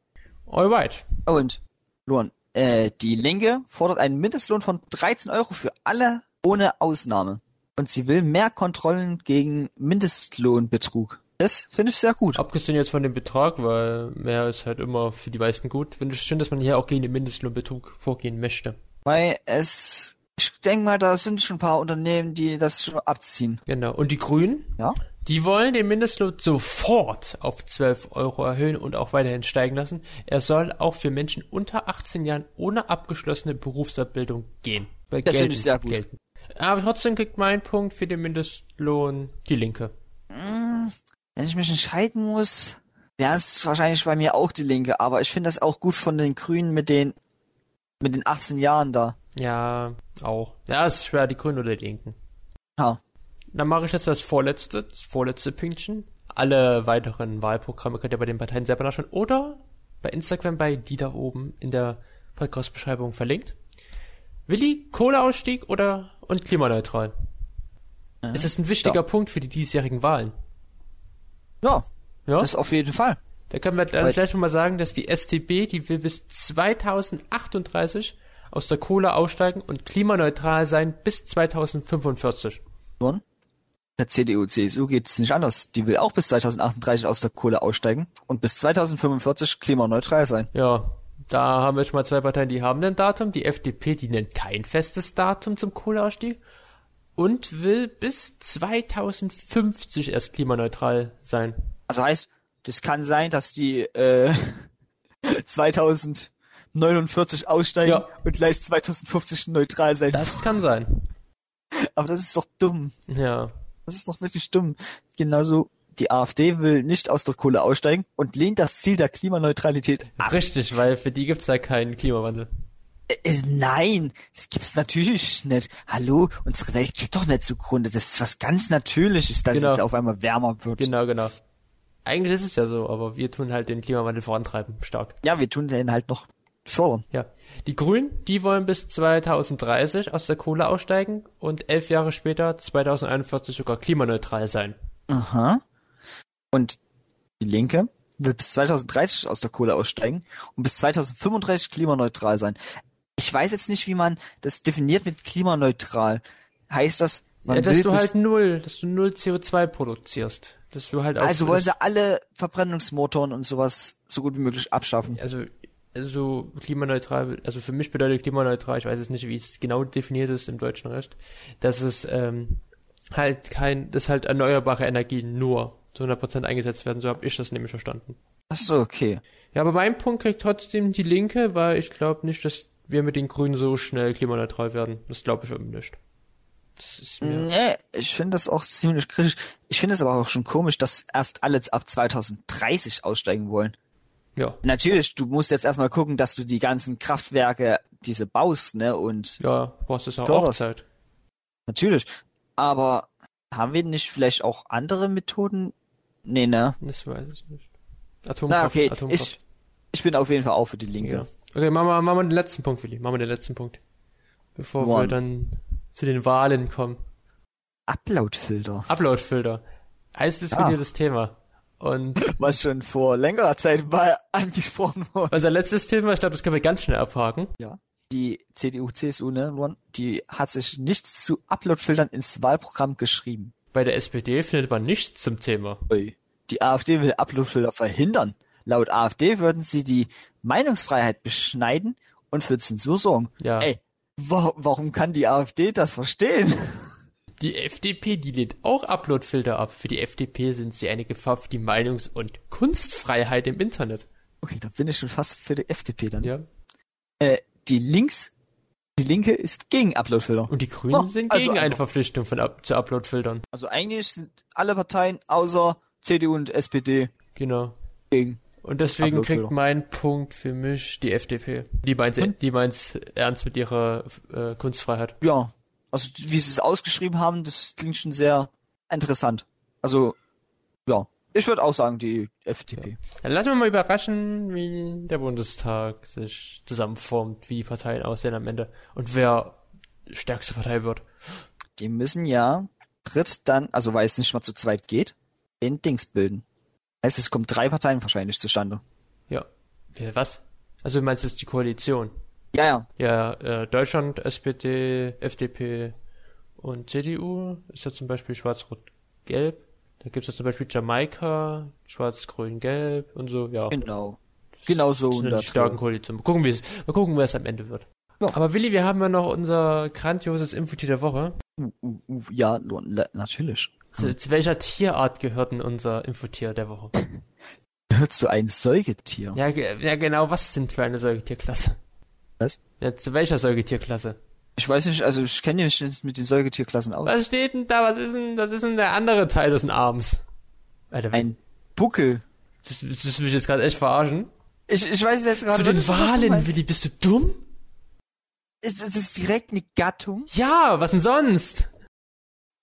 S1: Alright.
S2: Und, Luan, äh, die Linke fordert einen Mindestlohn von 13 Euro für alle ohne Ausnahme. Und sie will mehr Kontrollen gegen Mindestlohnbetrug. Das finde ich sehr gut.
S1: Abgesehen jetzt von dem Betrag, weil mehr ist halt immer für die meisten gut, finde ich schön, dass man hier auch gegen den Mindestlohnbetrug vorgehen möchte.
S2: Weil es, ich denke mal, da sind schon ein paar Unternehmen, die das schon abziehen.
S1: Genau. Und die Grünen?
S2: Ja?
S1: Die wollen den Mindestlohn sofort auf 12 Euro erhöhen und auch weiterhin steigen lassen. Er soll auch für Menschen unter 18 Jahren ohne abgeschlossene Berufsabbildung gehen. Bei
S2: Das finde ich sehr gut.
S1: Gelten. Aber trotzdem kriegt mein Punkt für den Mindestlohn die Linke.
S2: Wenn ich mich entscheiden muss, Ja, es ist wahrscheinlich bei mir auch die Linke, aber ich finde das auch gut von den Grünen mit den, mit den 18 Jahren da.
S1: Ja, auch. Ja, es ist schwer, die Grünen oder die Linken.
S2: Ja.
S1: Dann mache ich jetzt das vorletzte, das vorletzte Pünktchen. Alle weiteren Wahlprogramme könnt ihr bei den Parteien selber nachschauen oder bei Instagram bei die da oben in der Podcast-Beschreibung verlinkt. Willi, Kohleausstieg oder und klimaneutral?
S2: Ja.
S1: Es ist ein wichtiger Punkt für die diesjährigen Wahlen.
S2: Ja,
S1: Ja?
S2: das auf jeden Fall.
S1: Da können wir dann
S2: Weil-
S1: gleich schon mal sagen, dass die STB, die will bis 2038 aus der Kohle aussteigen und klimaneutral sein bis 2045.
S2: Nun, Der CDU, CSU geht es nicht anders. Die will auch bis 2038 aus der Kohle aussteigen und bis 2045 klimaneutral sein.
S1: Ja, da haben wir schon mal zwei Parteien, die haben ein Datum. Die FDP, die nennt kein festes Datum zum Kohleausstieg und will bis 2050 erst klimaneutral sein.
S2: Also heißt, das kann sein, dass die äh, 2049 aussteigen
S1: Ja.
S2: und gleich 2050 neutral sein.
S1: Das kann sein.
S2: Aber das ist doch dumm.
S1: Ja,
S2: Das ist doch wirklich dumm. Genauso die AfD will nicht aus der Kohle aussteigen und lehnt das Ziel der Klimaneutralität.
S1: richtig, weil für die gibt's da keinen Klimawandel.
S2: Äh, äh, nein, das gibt's natürlich nicht. Hallo, unsere Welt geht doch nicht zugrunde. Das ist was ganz Natürliches, dass
S1: Genau.
S2: es auf einmal wärmer wird.
S1: Genau, genau. Eigentlich ist es ja so, aber wir tun halt den Klimawandel vorantreiben, stark.
S2: Ja, wir tun den halt noch fördern.
S1: Ja. Die Grünen, die wollen bis 2030 aus der Kohle aussteigen und elf Jahre später, 2041, sogar klimaneutral sein.
S2: Aha. Und die Linke will bis 2030 aus der Kohle aussteigen und bis 2035 klimaneutral sein. Ich weiß jetzt nicht, wie man das definiert mit klimaneutral. Heißt das, man
S1: Ja, dass
S2: will
S1: du
S2: bis,
S1: halt null, dass du null CO2 produzierst. Dass du halt auch
S2: also wollen
S1: das,
S2: sie alle Verbrennungsmotoren und sowas so gut wie möglich abschaffen.
S1: also, also klimaneutral, also für mich bedeutet klimaneutral, ich weiß jetzt nicht, wie es genau definiert ist im deutschen Recht, dass es ähm, halt kein, dass halt erneuerbare Energien nur zu 100% eingesetzt werden, so habe ich das nämlich verstanden.
S2: Ach so, okay.
S1: Ja, aber mein Punkt kriegt trotzdem die Linke, weil ich glaube nicht, dass wir mit den Grünen so schnell klimaneutral werden. Das glaube ich eben nicht. Das ist mir.
S2: Nee, ich finde das auch ziemlich kritisch. Ich finde es aber auch schon komisch, dass erst alle ab 2030 aussteigen wollen.
S1: Ja.
S2: Natürlich, du musst jetzt erstmal gucken, dass du die ganzen Kraftwerke, diese baust, ne? Und
S1: Ja, brauchst es ja
S2: Klar,
S1: auch
S2: das-
S1: Zeit.
S2: natürlich. Aber haben wir nicht vielleicht auch andere Methoden? Nee, ne?
S1: Das weiß ich nicht.
S2: Na,
S1: Atomkraft,
S2: okay.
S1: Atomkraft.
S2: Ich, ich bin auf jeden Fall auch für die Linke.
S1: ja. Okay, machen wir, machen wir den letzten Punkt, Willi. Machen wir den letzten Punkt. Bevor wir
S2: One.
S1: dann zu den Wahlen kommen.
S2: Uploadfilter.
S1: Upload-Filter. Heiß diskutiertes
S2: Ah.
S1: Thema. Und
S2: Was schon vor längerer Zeit mal angesprochen wurde.
S1: unser letztes Thema, ich glaube, das können wir ganz schnell abhaken.
S2: Die CDU, CSU, ne, Luan, die hat sich nichts zu Uploadfiltern ins Wahlprogramm geschrieben.
S1: Bei der SPD findet man nichts zum Thema.
S2: Ui. Die AfD will Uploadfilter verhindern. Laut AfD würden sie die Meinungsfreiheit beschneiden und für Zensur sorgen.
S1: Ja.
S2: Ey, wa warum kann die AfD das verstehen?
S1: Die FDP, die lehnt auch Uploadfilter ab. Für die FDP sind sie eine Gefahr für die Meinungs- und Kunstfreiheit im Internet.
S2: Okay, da bin ich schon fast für die FDP dann.
S1: Ja.
S2: Äh, die Links, die Linke ist gegen Uploadfilter.
S1: Und die Grünen
S2: Oh,
S1: sind
S2: also
S1: gegen eine
S2: einfach.
S1: Verpflichtung von Up zu Uploadfiltern.
S2: Also eigentlich sind alle Parteien außer CDU und SPD
S1: Genau.
S2: gegen.
S1: Und deswegen kriegt
S2: Uploadfilter.
S1: mein Punkt für mich die FDP. Die meint's, die meint's ernst mit ihrer äh, Kunstfreiheit.
S2: Ja, also wie sie es ausgeschrieben haben, das klingt schon sehr interessant. Also, ja, ich würde auch sagen, die FDP.
S1: Dann lassen wir mal überraschen, wie der Bundestag sich zusammenformt, wie die Parteien aussehen am Ende und wer stärkste Partei wird.
S2: Die müssen ja dritt dann, also weil es nicht mal zu zweit geht, den Dings bilden. Heißt, es kommen drei Parteien wahrscheinlich zustande.
S1: Ja. Wer Was? Also du meinst jetzt die Koalition?
S2: Ja, ja.
S1: Ja, äh, Deutschland, SPD, FDP und CDU ist ja zum Beispiel Schwarz-Rot-Gelb. Da gibt's ja zum Beispiel Jamaika, Schwarz-Grün-Gelb und so, ja.
S2: Genau. Genau so.
S1: Das sind
S2: unter
S1: die starken Koalitionen. Mal gucken, wie es, mal gucken, wer es am Ende wird.
S2: Ja.
S1: Aber Willi, wir haben ja noch unser grandioses Infotier der Woche.
S2: Uh, uh, uh, ja, lo- le- natürlich.
S1: Zu, zu welcher Tierart gehört denn unser Infotier der Woche?
S2: Hört zu ein Säugetier.
S1: Ja, ge- ja genau, was sind für eine Säugetierklasse?
S2: Was?
S1: Ja, zu welcher Säugetierklasse?
S2: Ich weiß nicht, also ich kenne mich nicht mit den Säugetierklassen aus.
S1: Was steht denn da? Was ist denn, das ist denn der andere Teil des Arms? Alter,
S2: Ein Buckel.
S1: Das, das will ich jetzt gerade echt verarschen.
S2: Ich, ich weiß jetzt gerade
S1: Zu den
S2: nicht, was du
S1: Wahlen,
S2: meinst.
S1: Willi, bist du dumm?
S2: Ist, ist es direkt eine Gattung? Ich
S1: Ja, was denn sonst?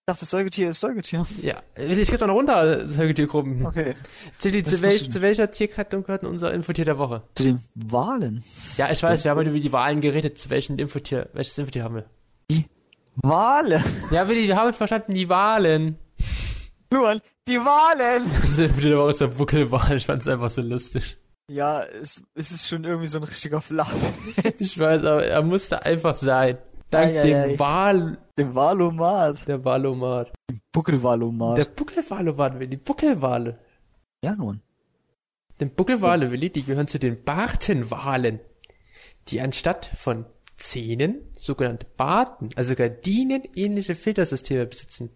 S2: dachte, Säugetier ist Säugetier.
S1: Ja, Willi, es gibt doch noch runter Säugetiergruppen.
S2: Okay.
S1: Willi, zu,
S2: Das
S1: welch,
S2: wusste ich
S1: zu welcher Tiergattung gehört denn unser Infotier der Woche?
S2: Zu den Wahlen.
S1: Ja, ich weiß, wir haben heute über die Wahlen geredet. Zu welchem Infotier, welches Infotier haben wir?
S2: Wale.
S1: Ja, Willi, wir haben verstanden, die Wahlen.
S2: Nur die Wahlen.
S1: Das Infotier der Woche ist der Wuckelwahl. Ich fand's einfach so lustig.
S2: Ja, es, es ist schon irgendwie so ein richtiger Flach.
S1: Ich weiß, aber er musste einfach sein. Dank
S2: Ei, ei,
S1: dem
S2: ei.
S1: Wahl,
S2: Der Wahlomat.
S1: der Wahlomat.
S2: Buckelwahlomat.
S1: Der Buckelwahlomat, Willi, Buckelwale.
S2: ja, nun.
S1: Denn Buckelwale, Willi, die gehören zu den Bartenwalen, die anstatt von Zähnen sogenannte Barten, also gardinenähnliche Filtersysteme besitzen.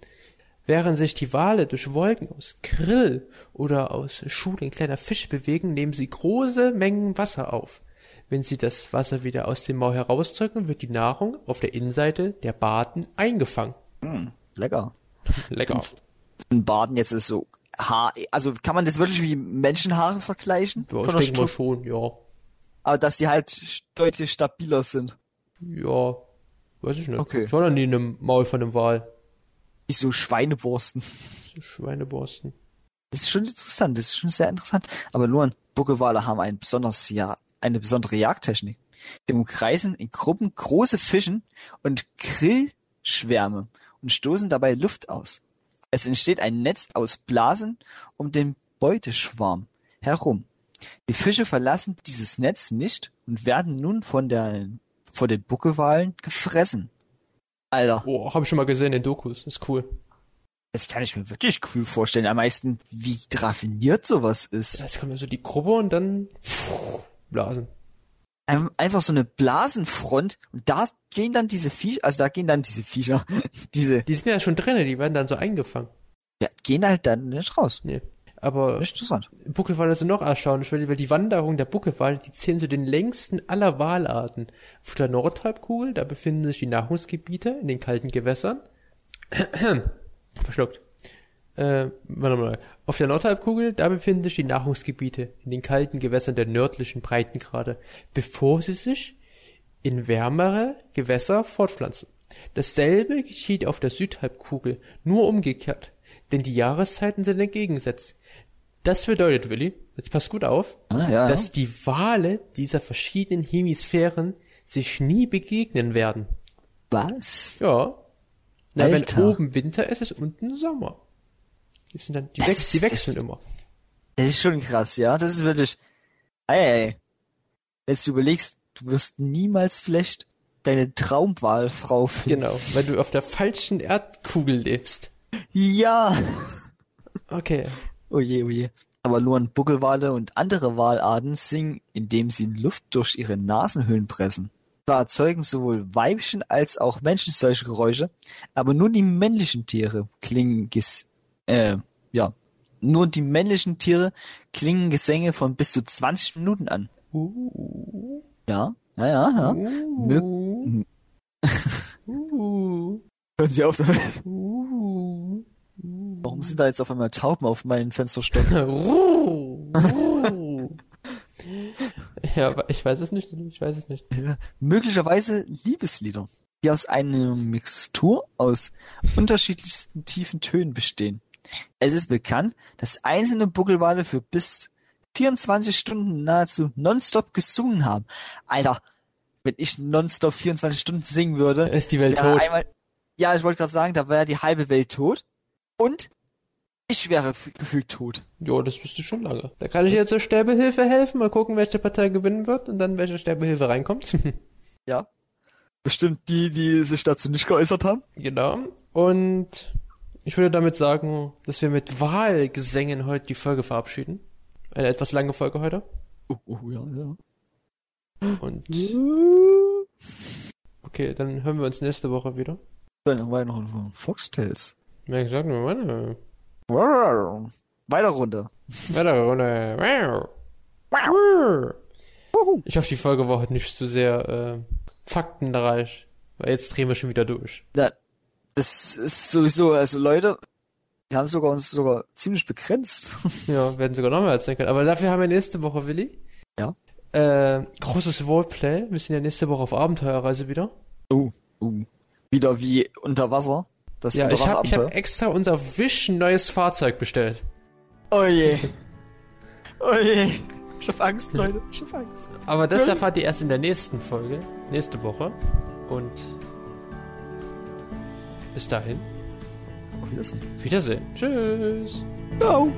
S1: Während sich die Wale durch Wolken aus Grill oder aus Schulen kleiner Fische bewegen, nehmen sie große Mengen Wasser auf. Wenn sie das Wasser wieder aus dem Maul herausdrücken, wird die Nahrung auf der Innenseite der Barten eingefangen.
S2: Lecker.
S1: Lecker.
S2: Ein Baden jetzt ist so Haar. Also kann man das wirklich wie Menschenhaare vergleichen?
S1: Ja,
S2: Von
S1: ich
S2: der
S1: denke mal
S2: Struktur?
S1: schon, ja.
S2: Aber dass die halt sch- deutlich stabiler sind.
S1: Ja. Weiß ich nicht.
S2: Okay.
S1: Ich war noch nie in einem Maul von einem Wal.
S2: Nicht so Schweineborsten.
S1: Schweineborsten.
S2: Das ist schon interessant, das ist schon sehr interessant. Aber Luan, Buckelwale haben ein besonders, ja, eine besondere Jagdtechnik. Sie umkreisen in Gruppen große Fischen und Grillschwärme und stoßen dabei Luft aus. Es entsteht ein Netz aus Blasen um den Beuteschwarm herum. Die Fische verlassen dieses Netz nicht und werden nun von, der, von den Buckelwalen gefressen. Alter,
S1: Oh, habe ich schon mal gesehen in Dokus. Ist cool.
S2: das kann ich mir wirklich cool vorstellen. Am meisten, wie raffiniert sowas ist.
S1: Jetzt kommt so die Gruppe und dann blasen.
S2: Ein- einfach so eine Blasenfront und da gehen dann diese Viecher, also da gehen dann diese Viecher, diese,
S1: Die sind ja schon drinnen, die werden dann so eingefangen.
S2: ja, gehen halt dann nicht raus.
S1: Nee. Aber
S2: Interessant.
S1: Buckelwale sind noch erstaunlich, weil die- weil die Wanderung der Buckelwale, die zählen zu den längsten aller Walarten. Auf der Nordhalbkugel, da befinden sich die Nahrungsgebiete in den kalten Gewässern. Verschluckt. Äh, warte mal. Auf der Nordhalbkugel, da befinden sich die Nahrungsgebiete in den kalten Gewässern der nördlichen Breitengrade, bevor sie sich in wärmere Gewässer fortpflanzen. Dasselbe geschieht auf der Südhalbkugel, nur umgekehrt, denn die Jahreszeiten sind entgegengesetzt. Das bedeutet, Willi, jetzt pass gut auf,
S2: Ah, ja,
S1: dass die Wale dieser verschiedenen Hemisphären sich nie begegnen werden.
S2: Was?
S1: Ja. Na, wenn
S2: Alter.
S1: oben Winter ist, ist unten Sommer. Die, sind dann, die,
S2: Das
S1: wechseln,
S2: ist-
S1: die wechseln immer.
S2: Das ist schon krass, ja, das ist wirklich, ey, ey. Jetzt du überlegst, du wirst niemals vielleicht deine Traumwahlfrau finden.
S1: Genau, weil du auf der falschen Erdkugel lebst.
S2: Genau. Ja!
S1: Okay.
S2: Oh je, oh je. Aber Luan, Buckelwale und andere Walarten singen, indem sie Luft durch ihre Nasenhöhlen pressen. Zwar erzeugen sowohl Weibchen als auch Menschen solche Geräusche, aber nur die männlichen Tiere klingen ges äh, ja, nur die männlichen Tiere klingen Gesänge von bis zu 20 Minuten an.
S1: Uh,
S2: Ja, ja, ja, ja.
S1: uh, uh,
S2: Hören Sie auf damit.
S1: uh,
S2: Warum sind da jetzt auf einmal Tauben auf meinen Fensterstock?
S1: Ruh, ruh. Ja, aber ich weiß es nicht, ich weiß es nicht.
S2: möglicherweise Liebeslieder, die aus einer Mixtur aus unterschiedlichsten tiefen Tönen bestehen. Es ist bekannt, dass einzelne Buckelwale für bis 24 Stunden nahezu nonstop gesungen haben. Alter, wenn ich nonstop 24 Stunden singen
S1: Da
S2: würde,
S1: ist die Welt
S2: wäre
S1: tot.
S2: einmal, ja, ich wollte gerade sagen, da wäre die halbe Welt tot und ich wäre f- gefühlt tot.
S1: Ja, das bist du schon lange. Da kann ich dir zur Sterbehilfe helfen, mal gucken, welche Partei gewinnen wird und dann welche Sterbehilfe reinkommt.
S2: Ja. Bestimmt die, die sich dazu nicht geäußert haben.
S1: genau. Und ich würde damit sagen, dass wir mit Wahlgesängen heute die Folge verabschieden. Eine etwas lange Folge heute.
S2: Oh, oh ja, ja.
S1: Und okay, dann hören wir uns nächste Woche wieder.
S2: Dann war ja noch ein Foxtails.
S1: Mehr gesagt, nur meine.
S2: Weiter runter.
S1: Weiter Runde. Wow. Wow. Ich hoffe, die Folge war heute nicht zu sehr äh, faktenreich. Weil jetzt drehen wir schon wieder durch.
S2: Na, das ist sowieso, also Leute, Wir haben sogar uns sogar ziemlich begrenzt.
S1: Ja, werden sogar noch mehr erzählen können. Aber dafür haben wir nächste Woche, Willi.
S2: Ja.
S1: Äh, großes Roleplay. Wir sind ja nächste Woche auf Abenteuerreise wieder.
S2: Oh, oh. Wieder wie unter Wasser. Das
S1: Ja, ich habe ich
S2: Unterwasserabenteuer.
S1: hab extra unter Wish ein neues Fahrzeug bestellt.
S2: Oh je. Oh je. Ich hab Angst, Leute. Ich hab Angst.
S1: Aber das erfahrt ihr erst in der nächsten Folge. Nächste Woche. Und bis dahin.
S2: Auf Wiedersehen.
S1: Auf Wiedersehen. Tschüss.
S2: Ciao.